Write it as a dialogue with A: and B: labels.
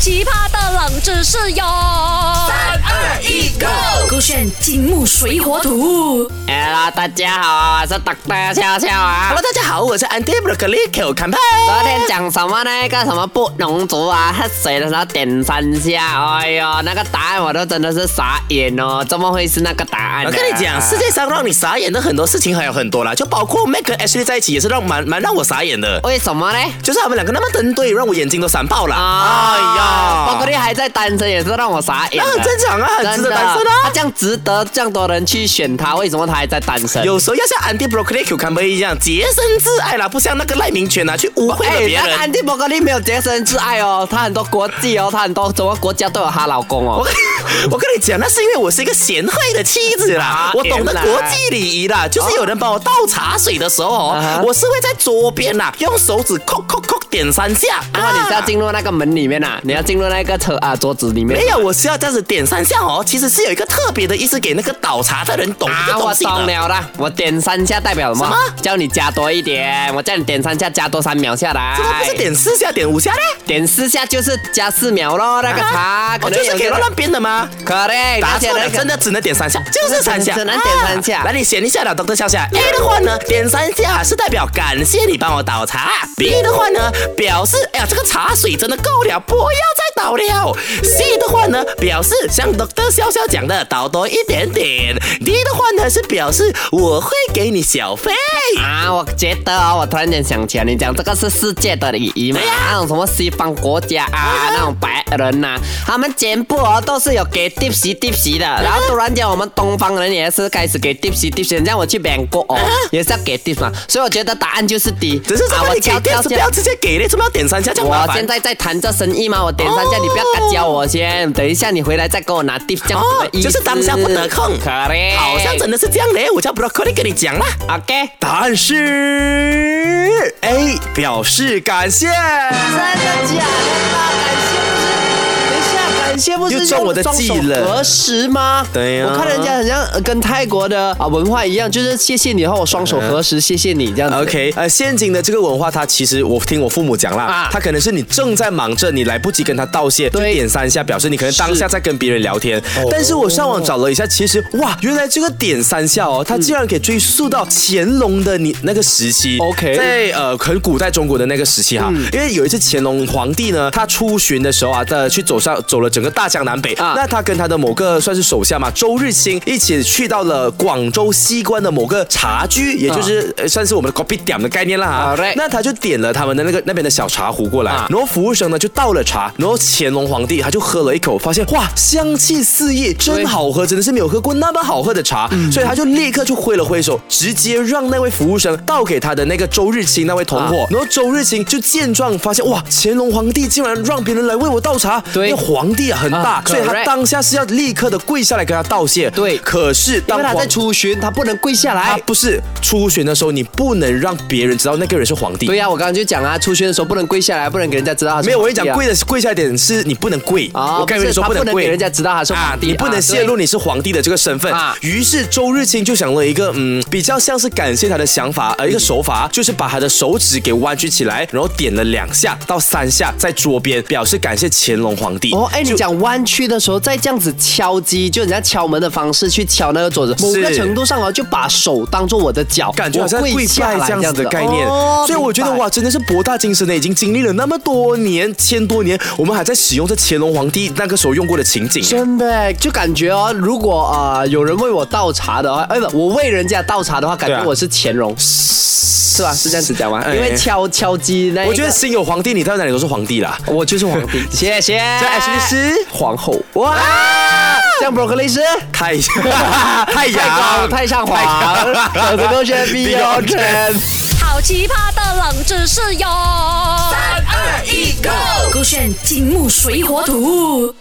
A: 奇葩的冷知识哟！三
B: 二一，Go！
A: 勾选金木水火土。
C: Hello，大家好啊，我是 Dr. 笑笑啊
B: Hello，。大家好，我是 Andy Broccoli Q 坎派。
C: 昨天讲什么那个什么不农族啊，喝水的时候点三下，哎呦，那个答案我都真的是傻眼哦，怎么会是那个答案、啊
B: 我跟你讲，世界上让你傻眼的很多事情还有很多啦，就包括 Mac 跟 Ashley 在一起也是让蛮蛮让我傻眼的，
C: 为什么呢？
B: 就是他们两个那么登对，让我眼睛都闪爆了。
C: 包
B: 哎
C: 括你
B: 呀，
C: 还在单身，也是让我傻
B: 那
C: 眼的。
B: 很正常啊，很值
C: 真
B: 得
C: 的，
B: 单身
C: 他
B: 啊。
C: 这样值得这样多人去选他，为什么他还在单身？
B: 有时候要像 Andy Broccoli Q 坎派一样洁身自爱啦，不像那个赖明权啊去污秽了别
C: 哎那个安
B: 人。
C: 迪伯格利没有洁身自爱哦，她很多国际哦，她很多什么国家都有她老公
B: 我
C: 哦。
B: 跟我跟你讲，那是因为我是一个贤惠的妻子啦，
C: 啊
B: 我懂得
C: 原来
B: 国际礼仪啦。就是有人帮我倒茶水的时候
C: 啊
B: 哦
C: 哈，
B: 我是会在桌边啦，用手指扣扣扣点三下。
C: 然后你是要
B: 啊
C: 进入那个门里面呐、啊，你要进入那个车啊桌子里面。
B: 没有，我是要这样子点三下哦。其实是有一个特别的意思给那个倒茶的人懂这个
C: 啊，我
B: 东西的。
C: 懂了啦，我点三下代表什么？
B: 什么
C: 叫你加多一点，我叫你点三下加多三秒下来。
B: 怎么不是点四下点五下呢？
C: 点四下就是加四秒咯，那个茶、
B: 啊
C: 可
B: 我
C: 能
B: 就
C: 有
B: 是
C: 些
B: 给
C: 人
B: 乱乱编的吗？
C: 可能
B: 答
C: 而且
B: 错
C: 那
B: 了，
C: 个
B: 真的只能点三下，就是三下，
C: 只能点三下
B: 啊来，你选一下了，等等笑笑。A 的话呢，点三下是代表感谢你帮我倒茶；B 的话呢，表示哎呀这个茶水真的够了，不要再倒了；C 的话呢，表示像等等笑笑讲的，倒多一点点；D 的话呢，是表示我会给你小费。
C: 啊，我觉得哦，我突然间想起来，你讲这个是世界的礼仪嘛？那种什么西方国家啊，那种白人呐、他们全部哦都是有给 tips tips 的。然后突然间我们东方人也是开始给 tips tips，像我去美国哦，也是要给 tips 嘛。所以我觉得答案就是 D。
B: 只是这
C: 啊
B: 么
C: 我
B: 你给
C: 敲
B: 电
C: 敲
B: 池不要直接给嘞，怎么要点三下这样麻
C: 我
B: 烦
C: 现？在在谈这生意嘛，我点三下，
B: 哦
C: 你不要敢教我先，等一下你回来再给我拿 tips，这样子
B: 哦
C: 的意，
B: 就
C: 思。
B: 是当下不得空，
C: 可以，
B: 好像真的是这样嘞。我叫 Broccoli 跟你讲啦。
C: OK。
B: 答案是 A，表示感谢。
C: 真的假的啦？感谢不是？等一
B: 又
C: 下，感谢不是
B: 中我的
C: 用双
B: 计
C: 手
B: 了
C: 合十吗？
B: 对啊呀
C: 我看人家好像呃跟泰国的啊文化一样，就是谢谢你，然后我双手合十，谢谢你这样子。
B: OK，呃，现今的这个文化，它其实我听我父母讲啦，
C: 啊
B: 它可能是你正在忙着，你来不及跟他道谢，就
C: 对
B: 点三下表示你可能当
C: 是
B: 下在跟别人聊天。但是我上网找了一下，其实哇，原来这个点三下哦，它竟然可以追溯到乾隆的你那个时期。
C: OK
B: 在呃很古代中国的那个时期哈，因为有一次乾隆皇帝呢，他出巡的时候啊，在去走上走了整个大江南北，
C: 啊
B: 那他跟他的某个算是手下嘛，周日清一起去到了广州西关的某个茶居，也就是、呃算是我们的 copy 点的概念啦哈。
C: Alright
B: 那他就点了他们的那个那边的小茶壶过来，
C: 啊
B: 然后服务生呢就倒了茶，然后乾隆皇帝他就喝了一口，发现哇香气四溢，真
C: 对
B: 好喝，真的是没有喝过那么好喝的茶，
C: 嗯
B: 所以他就立刻就挥了挥手，直接让那位服务生倒给他的那个周日清那位同伙，
C: 啊
B: 然后周日清就见状发现哇乾隆皇帝竟然让别人来为我倒茶，
C: 对
B: 因为皇帝啊很大，
C: 啊
B: 所以他
C: correct
B: 当下是要立刻的跪下来跟他道谢，
C: 对
B: 可是
C: 因
B: 当
C: 为他
B: 皇啊
C: 在出巡，他不能跪下
B: 他
C: 来。
B: 不是出巡的时候，你不能让别人知道那个人是皇帝。
C: 对呀、我刚刚就讲啊，出巡的时候不能跪下来，不能给人家知道他是
B: 没有，我跟
C: 皇
B: 你
C: 帝啊
B: 讲，跪的跪下一点是你不能跪，
C: 啊
B: 我跟你
C: 不是
B: 说
C: 他
B: 能
C: 不能
B: 跪，
C: 给人家知道他是皇
B: 啊
C: 帝
B: 你不能
C: 啊
B: 泄露你是皇帝的这个身份
C: 啊。
B: 于是周日清就想了一个嗯，比较像是感谢他的想法，呃，一个手法就是把他的手指给弯曲起来，然后点了两下到三下在桌边，表示感谢乾隆皇帝。
C: 哦，哎，你
B: 就
C: 讲弯曲的时候，再这样子敲击，就人家敲门的方式去敲那个桌子，某个
B: 是
C: 程度上哦，就把手当做我的脚，
B: 感觉好像
C: 我
B: 跪
C: 下
B: 拜
C: 来
B: 这样子的概念，
C: 哦
B: 所以我觉得
C: 明白
B: 哇，真的是博大精深的，已经经历了那么多年、千多年，我们还在使用这乾隆皇帝那个时候用过的情景。
C: 真的耶，就感觉哦，如果啊、呃有人为我倒茶的话，哎不，我为人家倒茶的话，感
B: 对啊
C: 觉我是乾隆，是啊吧？是这样子讲吗？
B: 哎
C: 哎因为敲敲击哎那一个，
B: 我觉得心有皇帝，你到哪里都是皇帝啦。
C: 我就是皇 帝，谢谢。
B: 这 Ashley 是
C: 皇后，哇，像 broccoli 是。
B: 太 太阳
C: 高太上皇， 我的勾选 B O 圈。
A: 好奇葩的冷知识哟！三
B: 二一 go
A: 勾选金木水火土。